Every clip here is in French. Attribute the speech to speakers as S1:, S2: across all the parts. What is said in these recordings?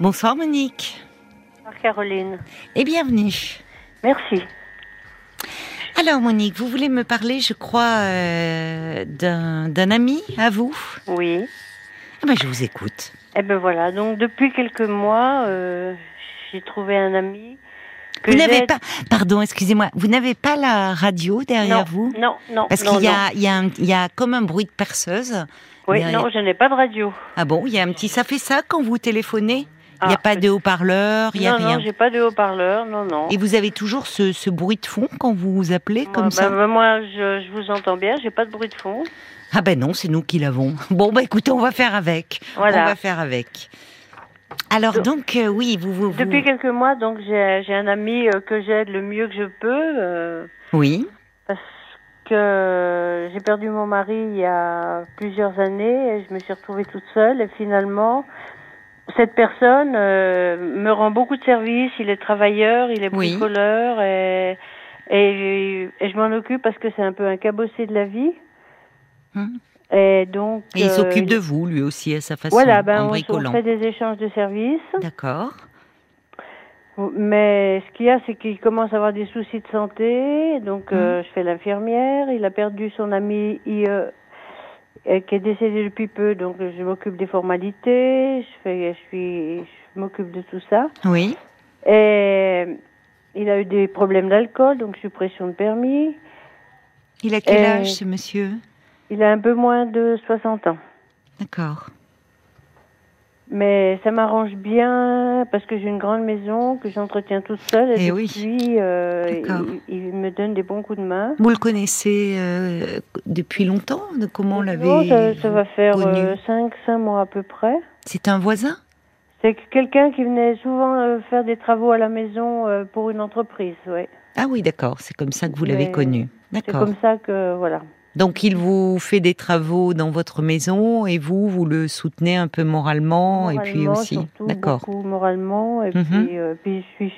S1: Bonsoir Monique
S2: Bonsoir, Caroline.
S1: et bienvenue.
S2: Merci.
S1: Alors Monique, vous voulez me parler, je crois, euh, d'un d'un ami à vous
S2: Oui.
S1: ah ben, Je vous écoute.
S2: Eh ben voilà, donc depuis quelques mois, euh, j'ai trouvé un ami. que
S1: Vous n'avez
S2: j'ai-
S1: pas, pardon, excusez-moi, vous n'avez pas la radio derrière
S2: non,
S1: vous
S2: Non, non.
S1: Parce
S2: non,
S1: qu'il y,
S2: non.
S1: a- il y, a un- il y a comme un bruit de perceuse.
S2: Oui,
S1: derrière.
S2: non, je n'ai pas de radio.
S1: Ah bon, il y a un petit... Ça fait ça quand vous téléphonez Il n'y a
S2: Ah,
S1: pas de haut-parleur, il n'y a
S2: Non,
S1: rien.
S2: non, j'ai pas de haut-parleur, non, non.
S1: Et vous avez toujours ce, ce bruit de fond quand vous vous appelez
S2: Moi,
S1: comme
S2: bah,
S1: ça
S2: bah, moi, je, je vous entends bien, j'ai pas de bruit de fond.
S1: Ah ben non, c'est nous qui l'avons. Bon, bah écoutez, on va faire avec. On va
S2: Voilà.
S1: faire avec. Alors donc, euh, oui, vous... vous, vous-
S2: Depuis quelques mois, donc, j'ai j'ai un ami euh, que j'aide le mieux que je peux. euh,
S1: Oui,
S2: parce que j'ai perdu mon mari il y a plusieurs années et je me suis retrouvée toute seule et finalement cette personne euh, me rend beaucoup de services, il est travailleur, il est
S1: Oui.
S2: bricoleur et, et, et je m'en occupe parce que c'est un peu un cabossé de la vie.
S1: Mhm.
S2: Et donc
S1: et il
S2: euh,
S1: s'occupe de vous, lui aussi, à sa façon,
S2: voilà, ben
S1: en
S2: on- on
S1: bricolant.
S2: fait des échanges de services.
S1: D'accord.
S2: Mais ce qu'il y a, c'est qu'il commence à avoir des soucis de santé. Donc, euh,
S1: Mhm.
S2: je fais l'infirmière. Il a perdu son ami IE euh, qui est décédé depuis peu. Donc, je m'occupe des formalités. Je fais, je suis, je m'occupe de tout ça.
S1: Oui,
S2: Et euh, il a eu des problèmes d'alcool, donc suppression de permis.
S1: il a quel
S2: Euh,
S1: âge ce monsieur
S2: Il a un peu moins de 60 ans.
S1: D'accord.
S2: Mais ça m'arrange bien parce que j'ai une grande maison que j'entretiens toute seule. Et,
S1: Eh oui.
S2: depuis, euh,
S1: D'accord.
S2: il- il me donne des bons coups de main.
S1: Vous le connaissez euh, depuis longtemps de Comment
S2: Non, ça,
S1: l'avez
S2: ça va faire
S1: connu
S2: 5 cinq mois à peu près.
S1: C'est un voisin
S2: C'est quelqu'un qui venait souvent euh, faire des travaux à la maison euh, pour une entreprise, ouais.
S1: Ah oui, d'accord, c'est comme ça que vous l'avez
S2: Mais
S1: connu.
S2: Euh, C'est
S1: D'accord.
S2: comme ça que voilà.
S1: Donc il vous fait des travaux dans votre maison et vous, vous le soutenez un peu moralement, et puis
S2: Moralement,
S1: aussi.
S2: surtout,
S1: D'accord.
S2: beaucoup moralement et
S1: Mhm.
S2: puis, euh, puis je suis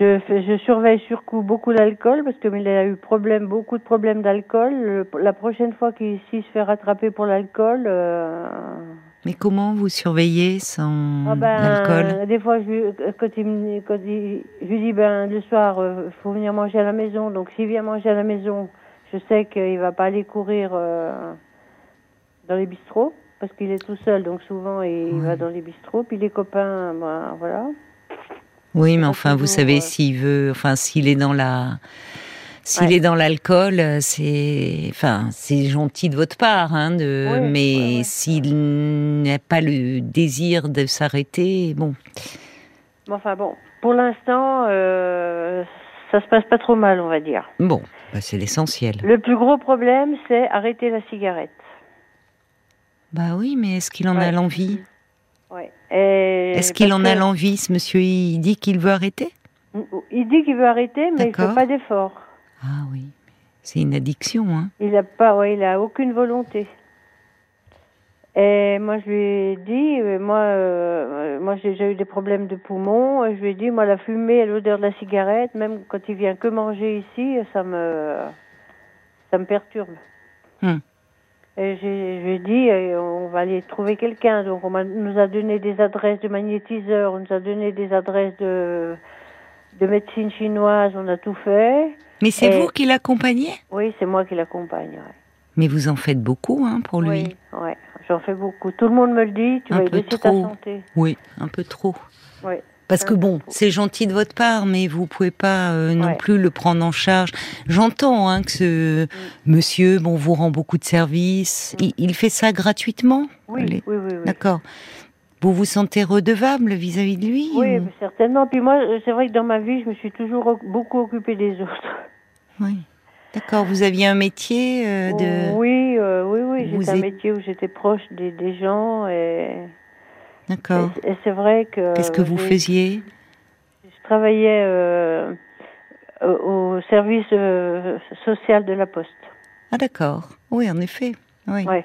S2: je, fais- je surveille sur coup beaucoup l'alcool parce que il a eu problème beaucoup de problèmes d'alcool. Le- La prochaine fois qu'il s'il se fait rattraper pour l'alcool euh,
S1: Mais comment vous surveillez son
S2: Ah ben,
S1: alcool
S2: euh, des fois, je, lui- euh, quand, il, me- quand il- je lui dis, ben, le soir, euh, faut venir manger à la maison. Donc, s'il vient manger à la maison, je sais qu'il va pas aller courir euh, dans les bistrots, parce qu'il est tout seul. Donc, souvent, il, il
S1: Ouais.
S2: va dans les bistrots. Puis, les copains, ben, voilà.
S1: Oui, mais
S2: pas
S1: enfin, vous
S2: toujours,
S1: savez
S2: euh,
S1: s'il veut, enfin, s'il est dans la, s'il
S2: Ouais.
S1: est dans l'alcool, euh, c'est, enfin, c'est gentil de votre part, hein, de,
S2: Oui,
S1: mais
S2: ouais, ouais.
S1: s'il n'a pas le désir de s'arrêter, bon,
S2: Mais enfin, bon, pour l'instant, euh, ça se passe pas trop mal, on va dire.
S1: bon, bah, c'est l'essentiel.
S2: Le plus gros problème, c'est arrêter la cigarette.
S1: Bah oui, mais est-ce qu'il en a
S2: Ouais.
S1: l'envie
S2: Ouais. Et-
S1: Est-ce qu'il
S2: parce
S1: en a
S2: que-
S1: l'envie Ce monsieur, il dit qu'il veut arrêter
S2: Il dit qu'il veut arrêter, mais il
S1: D'accord.
S2: fait pas d'effort.
S1: Ah oui, c'est une addiction, hein.
S2: Il a pas, ouais, il a aucune volonté. Et moi, je lui ai dit, euh, moi, euh, moi, j'ai déjà eu des problèmes de poumons. et Je lui ai dit, moi, la fumée et l'odeur de la cigarette, même quand il vient que manger ici, ça me, ça me perturbe.
S1: Hmm.
S2: Et j'ai- je lui ai dit, euh, on va aller trouver quelqu'un. Donc, on m'a- nous a donné des adresses de magnétiseurs, on nous a donné des adresses de, de médecine chinoise, on a tout fait.
S1: Mais c'est
S2: Et-
S1: vous qui l'accompagnez
S2: Oui, c'est moi qui l'accompagne. ouais.
S1: Mais vous en faites beaucoup, hein, pour lui.
S2: Oui, ouais, j'en fais beaucoup. Tout le monde me le dit, tu
S1: Un
S2: vas
S1: peu
S2: aider ta
S1: trop.
S2: santé.
S1: Oui, un peu trop.
S2: Oui.
S1: Parce que
S2: Un peu
S1: bon,
S2: trop.
S1: c'est gentil de votre part, mais vous pouvez pas euh, non
S2: Ouais. Mm.
S1: plus le prendre en charge. J'entends hein, que ce monsieur, bon, vous rend beaucoup de services. Il, il fait ça gratuitement.
S2: Oui,
S1: Les-
S2: oui, Mm. oui. Oui,
S1: D'accord. Vous vous sentez redevable vis-à-vis de lui
S2: oui
S1: ou-
S2: mais certainement. Puis moi, euh, c'est vrai que dans ma vie, je me suis toujours oc- beaucoup occupée des autres.
S1: Oui. D'accord. Vous aviez un métier euh, de.
S2: Oui, euh, oui, oui.
S1: Vous
S2: J'étais un
S1: êtes-
S2: métier où j'étais proche des, des gens et,
S1: D'accord.
S2: et- et c'est vrai que.
S1: Ah. Qu'est-ce que vous
S2: j'ai-
S1: faisiez
S2: Je travaillais euh, au au service euh, social de la Poste.
S1: Ah, d'accord. Oui, en effet. Oui.
S2: Ouais. Euh.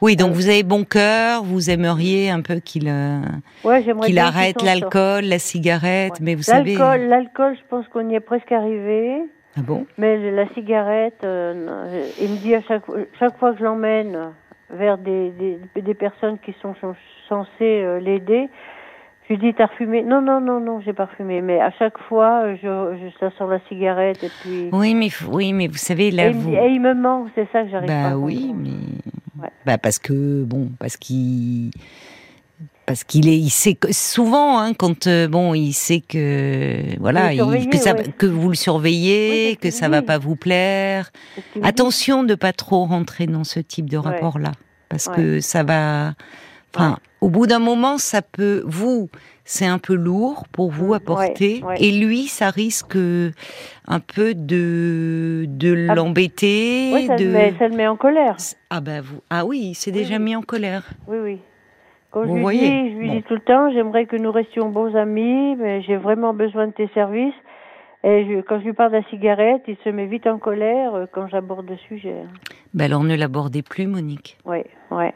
S1: Oui, donc vous avez bon cœur. Vous aimeriez un peu qu'il. euh,
S2: Ouais, j'aimerais
S1: qu'il
S2: bien
S1: arrête
S2: s'en sorte.
S1: l'alcool, la cigarette,
S2: Ouais.
S1: mais vous savez.
S2: L'alcool, l'alcool, je pense qu'on y est presque arrivé.
S1: Ah bon
S2: Mais le- la cigarette, euh, non, je- il me dit à chaque, fois- chaque fois que je l'emmène vers des, des, des personnes qui sont chan- censées euh, l'aider, Je lui dis, t'as refumé Non, non, non, non, j'ai pas refumé. Mais à chaque fois, euh, je, je ça sent la cigarette et puis.
S1: Oui, mais f- oui, mais vous savez
S2: Et
S1: là
S2: il, me
S1: vous.
S2: dit, Eh, il me ment, c'est ça que j'arrive pas. à
S1: Bah oui,
S2: comprendre.
S1: mais
S2: Ouais.
S1: bah parce que bon, parce qu'il parce qu'il est, il sait que souvent hein, quand euh, bon, il sait que voilà,
S2: le
S1: il, que
S2: surveillez,
S1: ça,
S2: ouais.
S1: que vous le surveillez,
S2: Oui,
S1: que
S2: parce
S1: ça
S2: que
S1: va
S2: lui-
S1: pas vous plaire.
S2: Parce qu'il me dit-
S1: Attention de pas trop rentrer dans ce type de
S2: Mhm. Ouais.
S1: rapport là, parce
S2: Ouais.
S1: que ça va. Enfin,
S2: Ouais.
S1: au bout d'un moment, ça peut vous, c'est un peu lourd pour vous
S2: Mm,
S1: à porter,
S2: ouais, ouais.
S1: et lui, ça risque euh, un peu de de
S2: Ah,
S1: l'embêter,
S2: Oui, ça,
S1: de
S2: le met, ça le met en colère.
S1: ah bah vous ah oui, il s'est
S2: Oui,
S1: déjà
S2: oui.
S1: mis en colère.
S2: Oui, oui. Quand
S1: Vous
S2: je lui
S1: voyez,
S2: dis, je lui
S1: bon.
S2: dis tout le temps, j'aimerais que nous restions bons amis, mais j'ai vraiment besoin de tes services. Et je- quand je lui parle de la cigarette, il se met vite en colère euh, quand j'aborde le sujet. hein.
S1: Bah alors ne l'abordez plus, Monique,
S2: Oui, oui,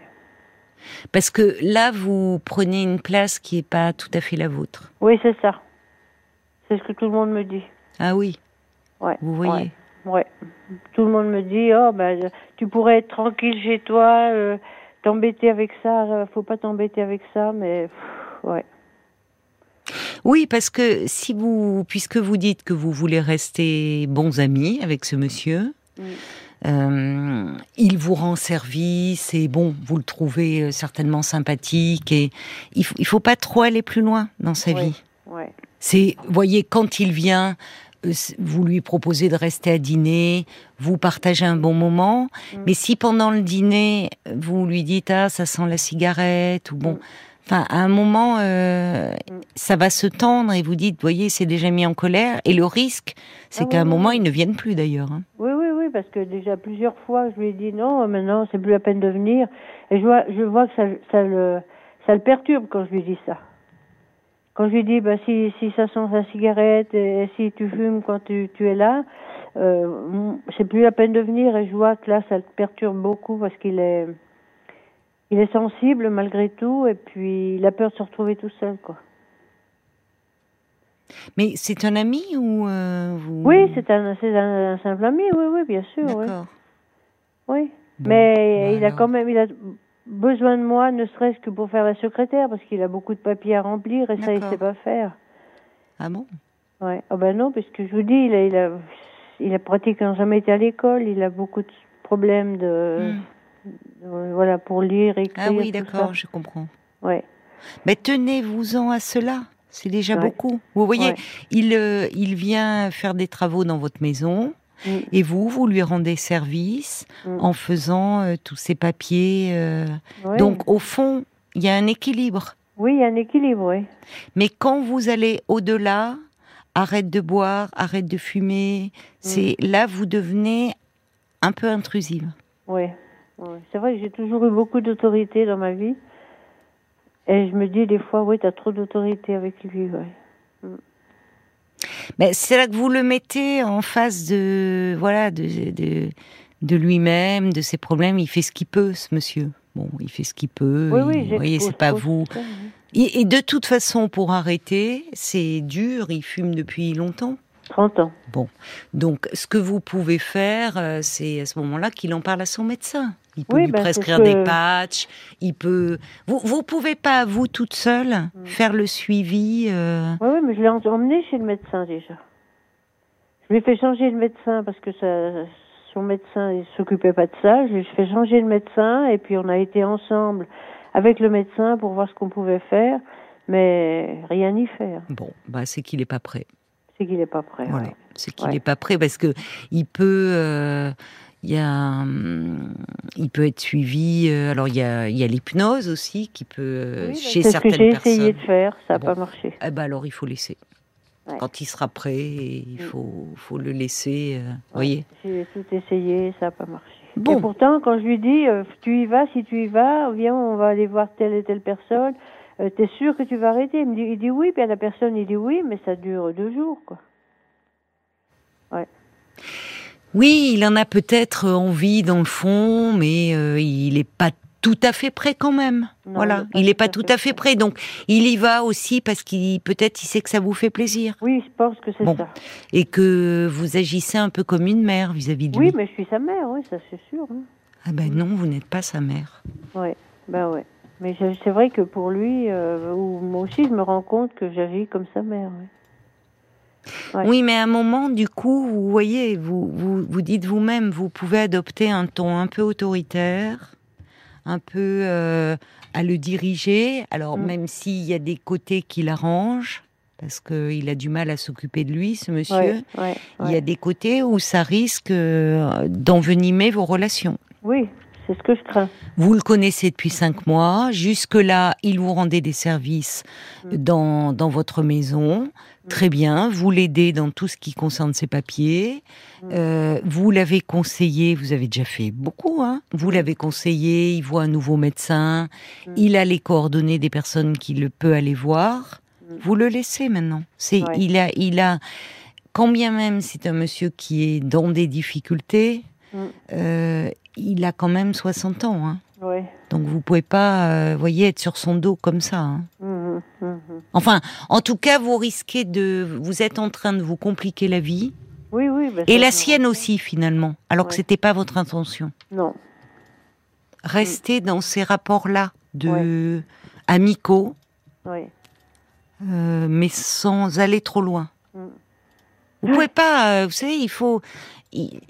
S1: parce que là vous prenez une place qui est pas tout à fait la vôtre.
S2: oui, c'est ça. C'est ce que tout le monde me dit.
S1: Ah oui,
S2: Ouais,
S1: vous voyez.
S2: ouais. Ouais. Tout le monde me dit, oh ben, tu pourrais être tranquille chez toi, euh, t'embêter avec ça, euh, faut pas t'embêter avec ça, mais pff, ouais.
S1: Oui, parce que si vous, puisque vous dites que vous voulez rester bons amis avec ce monsieur,
S2: Mm.
S1: euh, il vous rend service et bon, vous le trouvez euh, certainement sympathique et il, faut- il faut pas trop aller plus loin dans sa
S2: Oui.
S1: vie.
S2: ouais.
S1: C'est, voyez, quand il vient, euh, c- vous lui proposez de rester à dîner, vous partagez un bon moment,
S2: Mm.
S1: mais si pendant le dîner, vous lui dites, ah, ça sent la cigarette, ou bon,
S2: Mm.
S1: enfin, à un moment, euh,
S2: Mm.
S1: ça va se tendre et vous dites, voyez, c'est déjà mis en colère, et le risque, c'est
S2: Ah
S1: qu'à
S2: oui,
S1: un
S2: oui,
S1: moment,
S2: oui.
S1: ils ne viennent plus d'ailleurs. hein.
S2: Oui, oui, oui, parce que déjà plusieurs fois, je lui ai dit non, maintenant, c'est plus la peine de venir. Et je vois, je vois que ça, ça, le, ça le perturbe quand je lui dis ça. Quand je lui dis, bah, si, si ça sent sa cigarette et, si tu fumes quand tu, tu es là, euh, mm, c'est plus la peine de venir. Et je vois que là, ça le perturbe beaucoup parce qu'il est, il est sensible malgré tout et puis il a peur de se retrouver tout seul, quoi.
S1: Mais c'est un ami ou euh, vous...
S2: Oui, c'est un, c'est un, un simple ami, oui, oui, bien sûr, oui.
S1: D'accord.
S2: oui.
S1: Bon,
S2: Mais
S1: bah
S2: il a
S1: alors.
S2: quand même il a besoin de moi, ne serait-ce que pour faire la secrétaire, parce qu'il a beaucoup de papiers à remplir et ça, il
S1: D'accord.
S2: sait pas faire.
S1: Ah bon
S2: Ouais. Ah ben non, parce que je vous dis, il a, il a, il a pratiquement jamais été à l'école, il a beaucoup de problèmes de,
S1: Hmm.
S2: de- voilà, pour lire, écrire.
S1: Ah oui,
S2: tout
S1: d'accord, je comprends.
S2: ça. Ouais.
S1: Mais tenez-vous-en à cela. C'est déjà
S2: Ouais.
S1: beaucoup. Vous voyez,
S2: Ouais.
S1: il, euh, il vient faire des travaux dans votre maison
S2: Mm.
S1: et vous, vous lui rendez service
S2: Mm.
S1: en faisant euh, tous ces papiers. euh.
S2: Ouais.
S1: Donc, au fond, il y a un équilibre.
S2: Oui, il y a un équilibre, oui.
S1: Mais quand vous allez au-delà, arrête de boire, arrête de fumer,
S2: Mm.
S1: c'est là vous devenez un peu intrusive.
S2: Oui. Ouais. C'est vrai que j'ai toujours eu beaucoup d'autorité dans ma vie. Et je me dis des fois, oui, t'as trop d'autorité avec lui, ouais.
S1: Mais c'est là que vous le mettez en face de voilà de de, de lui-même, de ses problèmes. Il fait ce qu'il peut, ce monsieur. Bon, il fait ce qu'il peut.
S2: Oui,
S1: il-
S2: oui,
S1: vous
S2: j'ai
S1: voyez, c'est pas vous. Et, et de toute façon, pour arrêter, c'est dur. Il fume depuis longtemps.
S2: 30 ans.
S1: Donc, ce que vous pouvez faire, euh, c'est à ce moment-là qu'il en parle à son médecin. Il peut
S2: Oui,
S1: lui
S2: bah, c'est ce
S1: prescrire
S2: que-
S1: des patchs. Il peut. Vous vous pouvez pas vous toute
S2: Mm.
S1: seule faire le suivi. euh,
S2: Oui, oui, mais je l'ai en- emmené chez le médecin déjà. Je lui ai fait changer de médecin parce que ça, son médecin il s'occupait pas de ça. Je lui ai fait changer de médecin et puis on a été ensemble avec le médecin pour voir ce qu'on pouvait faire, mais rien n'y faire.
S1: Bon, bah c'est qu'il est pas prêt.
S2: C'est qu'il n'est pas prêt.
S1: Voilà.
S2: ouais.
S1: C'est qu'il n'est
S2: Ouais.
S1: pas prêt parce que il peut. euh, il y a, hum, il peut être suivi. euh, alors il y a, il y a l'hypnose aussi qui peut euh,
S2: Oui, bah,
S1: chez
S2: C'est ce que
S1: certaines
S2: j'ai essayé
S1: personnes.
S2: de faire, ça n'a
S1: Bon.
S2: pas marché.
S1: Eh ben alors il faut laisser.
S2: Ouais.
S1: Quand il sera prêt, il
S2: Mm.
S1: faut, faut le laisser. euh, Voyez.
S2: J'ai tout essayé, ça n'a pas marché.
S1: Bon.
S2: Et pourtant, quand je lui dis, euh, tu y vas, si tu y vas, viens, on va aller voir telle et telle personne, euh, t'es sûr que tu vas arrêter il, me dit, il dit oui, puis à la personne, il dit oui, mais ça dure deux jours, quoi.
S1: Oui, il en a peut-être euh, envie dans le fond, mais euh, il n'est pas tout à fait prêt quand même.
S2: Non,
S1: voilà, il n'est pas tout à fait
S2: prêt.
S1: prêt. Donc il y va aussi parce qu'il peut-être il sait que ça vous fait plaisir.
S2: Oui, je pense que c'est
S1: Bon.
S2: ça.
S1: et que vous agissez un peu comme une mère vis-à-vis de
S2: Oui,
S1: lui.
S2: mais je suis sa mère, oui, ça c'est sûr. hein.
S1: Ah ben non, vous n'êtes pas sa mère.
S2: Ouais, ben ouais. Mais je- c'est vrai que pour lui, euh, ou moi aussi, je me rends compte que j'agis comme sa mère. oui. Ouais.
S1: Oui, mais à un moment, du coup, vous voyez, vous, vous, vous dites vous-même, vous pouvez adopter un ton un peu autoritaire, un peu euh, à le diriger. Alors,
S2: Mm.
S1: même s'il y a des côtés qui l'arrangent, parce qu'il a du mal à s'occuper de lui, ce monsieur,
S2: Ouais, ouais,
S1: il y a
S2: ouais.
S1: des côtés où ça risque euh, d'envenimer vos relations.
S2: Oui, c'est ce que je crains.
S1: Vous le connaissez depuis cinq mois. Jusque-là, il vous rendait des services
S2: Mm.
S1: dans, dans votre maison. Très bien. Vous l'aidez dans tout ce qui concerne ses papiers.
S2: Mm.
S1: Euh, vous l'avez conseillé. Vous avez déjà fait beaucoup. Hein vous l'avez conseillé. Il voit un nouveau médecin.
S2: Mm.
S1: Il a les coordonnées des personnes qui le peut aller voir.
S2: Mm.
S1: Vous le laissez maintenant. C'est
S2: Ouais.
S1: il a il a quand bien même c'est un monsieur qui est dans des difficultés.
S2: Mm.
S1: euh, il a quand même 60 ans. Hein
S2: Ouais.
S1: donc vous pouvez pas, euh, voyez, être sur son dos comme ça. hein.
S2: Mhm, mhm.
S1: Enfin, en tout cas, vous risquez de, vous êtes en train de vous compliquer la vie
S2: Oui, oui. bah, ça,
S1: et
S2: je me
S1: la
S2: rends
S1: sienne
S2: compte.
S1: aussi finalement, alors que
S2: Ouais.
S1: c'était pas votre intention.
S2: Non.
S1: Restez
S2: Mm.
S1: dans ces rapports-là de amicaux,
S2: Oui.
S1: euh, mais sans aller trop loin.
S2: Mm.
S1: Vous pouvez pas, euh, vous savez, il faut, il,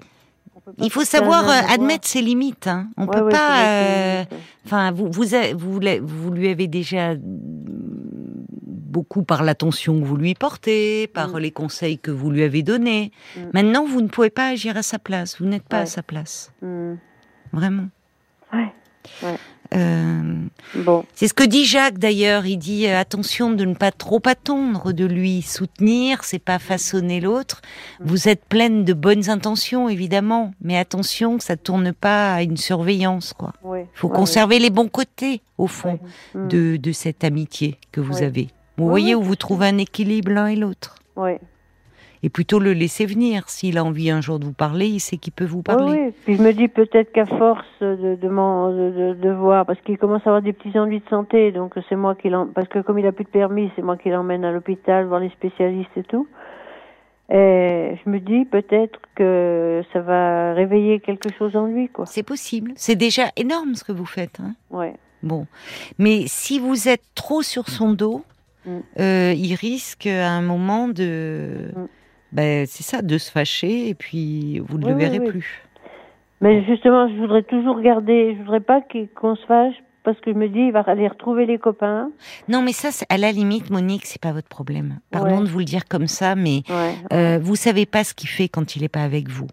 S1: il faut savoir euh, admettre ses limites. hein. On peut pas. euh, Enfin, vous, vous, a- vous, l'a- vous lui avez déjà mm, beaucoup par l'attention que vous lui portez, par
S2: Mm.
S1: les conseils que vous lui avez donnés.
S2: Mm.
S1: Maintenant, vous ne pouvez pas agir à sa place. Vous n'êtes pas à
S2: Ouais. Mm.
S1: sa place, vraiment.
S2: Ouais. Ouais.
S1: Euh,
S2: Bon.
S1: c'est ce que dit Jacques d'ailleurs. Il dit euh, attention de ne pas trop attendre de lui soutenir, c'est pas façonner l'autre.
S2: Mm.
S1: Vous êtes pleine de bonnes intentions évidemment, mais attention que ça tourne pas à une surveillance quoi.
S2: Ouais.
S1: Faut
S2: ouais,
S1: conserver les bons côtés au fond
S2: ouais. Mhm.
S1: de, de cette amitié que vous
S2: Oui.
S1: avez. Vous
S2: Oui,
S1: voyez
S2: oui,
S1: où
S2: bien
S1: vous
S2: sûr.
S1: trouvez un équilibre l'un et l'autre.
S2: Ouais.
S1: Et plutôt le laisser venir. S'il a envie un jour de vous parler, il sait qu'il peut vous
S2: Oui,
S1: parler.
S2: oui. Puis je me dis peut-être qu'à force de, de, m'en- de, de- de voir, parce qu'il commence à avoir des petits ennuis de santé, donc c'est moi qui l'emmène, parce que comme il a plus de permis, c'est moi qui l'emmène à l'hôpital voir les spécialistes et tout. Et je me dis peut-être que ça va réveiller quelque chose en lui, quoi.
S1: C'est possible. C'est déjà énorme ce que vous faites. hein.
S2: Ouais.
S1: Bon. Mais si vous êtes trop sur son dos,
S2: Mm.
S1: euh, il risque à un moment de.
S2: Mm.
S1: Ben, c'est ça, de se fâcher et puis vous ne
S2: Oui,
S1: le
S2: oui,
S1: verrez
S2: oui.
S1: plus.
S2: Mais justement, je voudrais toujours garder, je voudrais pas qu'il- qu'on se fâche, parce que je me dis, il va aller retrouver les copains.
S1: Non, mais ça, c'est- à la limite, Monique, c'est pas votre problème. Pardon
S2: Ouais.
S1: de vous le dire comme ça, mais
S2: Ouais.
S1: Euh, vous savez pas ce qu'il fait quand il n'est pas avec vous.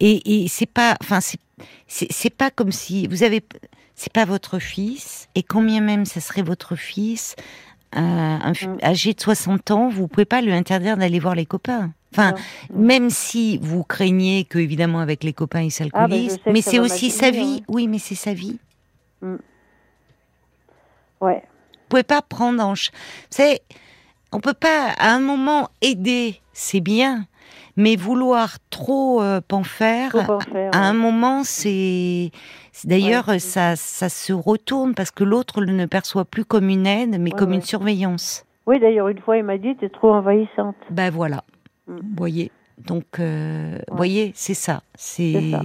S1: Et, et c'est pas, enfin c'est, c'est c'est pas comme si vous avez, c'est pas votre fils. Et quand bien même ça serait votre fils, euh, un fi-
S2: Mm.
S1: âgé de 60 ans, vous pouvez pas lui interdire d'aller voir les copains. Enfin,
S2: Non. Mm.
S1: même si vous craignez que évidemment avec les copains il
S2: Ah, ben, je
S1: s'alcoolise,
S2: sais que
S1: mais
S2: ça
S1: c'est
S2: va
S1: aussi sa
S2: m'attirer,
S1: vie.
S2: ouais.
S1: Oui, mais c'est sa vie.
S2: Ouais.
S1: Vous pouvez pas prendre en. ch- C'est, on peut pas à un moment aider, c'est bien, mais vouloir trop euh, en faire.
S2: Faut pas en faire.
S1: à un
S2: ouais.
S1: moment, c'est c'est- d'ailleurs
S2: Ouais.
S1: ça, ça se retourne parce que l'autre le ne perçoit plus comme une aide, mais
S2: Ouais,
S1: comme
S2: ouais.
S1: une surveillance.
S2: Oui, d'ailleurs, une fois, il m'a dit, t'es trop envahissante.
S1: Ben voilà,
S2: Mm.
S1: vous voyez. Donc, euh, vous voyez, c'est ça.
S2: C'est
S1: C'est
S2: ça.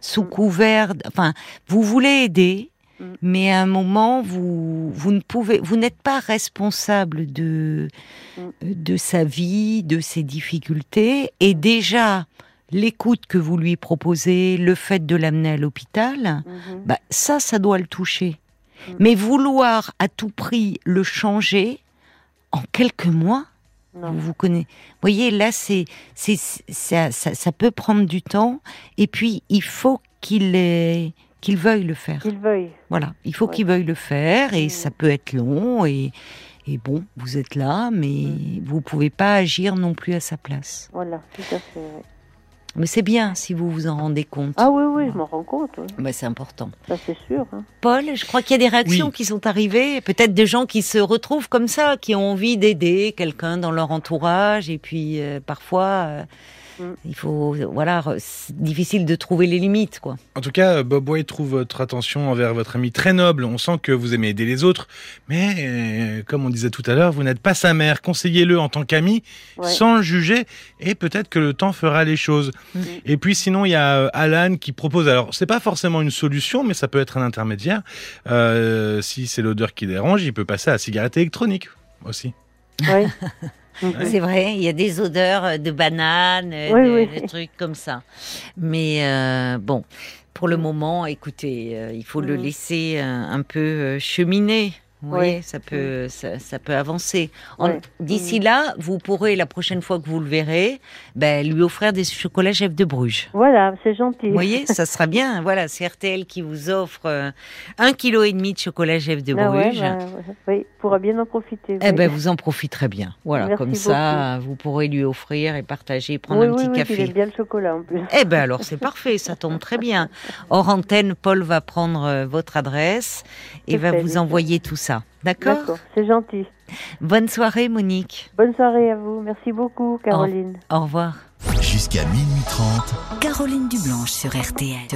S1: sous
S2: Mm.
S1: couvert. d- Enfin, vous voulez aider,
S2: Mm.
S1: mais à un moment, vous vous ne pouvez, vous n'êtes pas responsable de
S2: Mm.
S1: de sa vie, de ses difficultés, et déjà l'écoute que vous lui proposez, le fait de l'amener à l'hôpital.
S2: Mhm.
S1: bah, ça, ça doit le toucher.
S2: Mm.
S1: Mais vouloir à tout prix le changer en quelques mois, vous
S2: Non.
S1: vous connaissez. Voyez, là, c'est, c'est, ça, ça, ça peut prendre du temps. Et puis, il faut qu'il ait- qu'il veuille le faire.
S2: Qu'il veuille.
S1: Voilà, il faut
S2: Ouais.
S1: qu'il veuille le faire et
S2: Mm.
S1: ça peut être long et, et bon, vous êtes là, mais
S2: Mm.
S1: vous pouvez pas agir non plus à sa place.
S2: Voilà, tout à fait. ouais.
S1: Mais c'est bien si vous vous en rendez compte.
S2: Ah oui, oui, je m'en rends compte. oui.
S1: Bah, c'est important.
S2: Ça, c'est sûr. hein.
S1: Paul, je crois qu'il y a des réactions
S3: Oui.
S1: qui sont arrivées, peut-être des gens qui se retrouvent comme ça, qui ont envie d'aider quelqu'un dans leur entourage, et puis euh, parfois, euh, Il faut, voilà, re- c'est difficile de trouver les limites, quoi.
S3: En tout cas, euh, Bob White trouve votre attention envers votre ami très noble. On sent que vous aimez aider les autres, mais euh, comme on disait tout à l'heure, vous n'êtes pas sa mère. Conseillez-le en tant qu'ami,
S2: Ouais.
S3: sans le juger, et peut-être que le temps fera les choses.
S1: Mm.
S3: Et puis sinon, il y a euh, Alan qui propose. Alors, c'est pas forcément une solution, mais ça peut être un intermédiaire. Euh, si c'est l'odeur qui dérange, il peut passer à la cigarette électronique aussi.
S2: Oui. Mhm.
S3: Ouais.
S1: C'est vrai, il y a des odeurs euh, de bananes, euh,
S2: Oui,
S1: de,
S2: oui.
S1: de trucs comme ça. Mais euh, bon, pour le moment, écoutez, euh, il faut le
S2: Mhm.
S1: laisser euh, un peu euh, cheminer. Vous
S2: Oui. Mm.
S1: voyez, ça peut, ça, ça peut avancer. En-
S2: Oui.
S1: D'ici
S2: Mm.
S1: là, vous pourrez, la prochaine fois que vous le verrez, ben, lui offrir des chocolats chef de Bruges.
S2: Voilà, c'est gentil.
S1: Vous voyez, ça sera bien. Voilà, c'est RTL qui vous offre euh, un kilo et demi de chocolat chef de
S2: Ah ouais,
S1: Bruges.
S2: bah, ouais. oui, il pourra bien en profiter.
S1: Eh
S2: oui.
S1: ben, vous en profiterez bien. Voilà,
S2: Merci
S1: comme ça, vous pourrez lui offrir et partager, prendre
S2: oui,
S1: un
S2: oui,
S1: petit
S2: oui, puis Il
S1: café.
S2: aime bien le chocolat en plus.
S1: Eh ben alors c'est parfait, ça tombe très bien. Hors antenne, Paul va prendre euh, votre adresse et
S2: C'est
S1: va
S2: fait,
S1: vous
S2: oui.
S1: envoyer tout ça. D'accord
S2: D'accord, c'est gentil.
S1: Bonne soirée Monique.
S2: Bonne soirée à vous. Merci beaucoup, Caroline.
S1: Au revoir.
S4: Jusqu'à minuit 30.
S5: Caroline Dublanche sur RTL.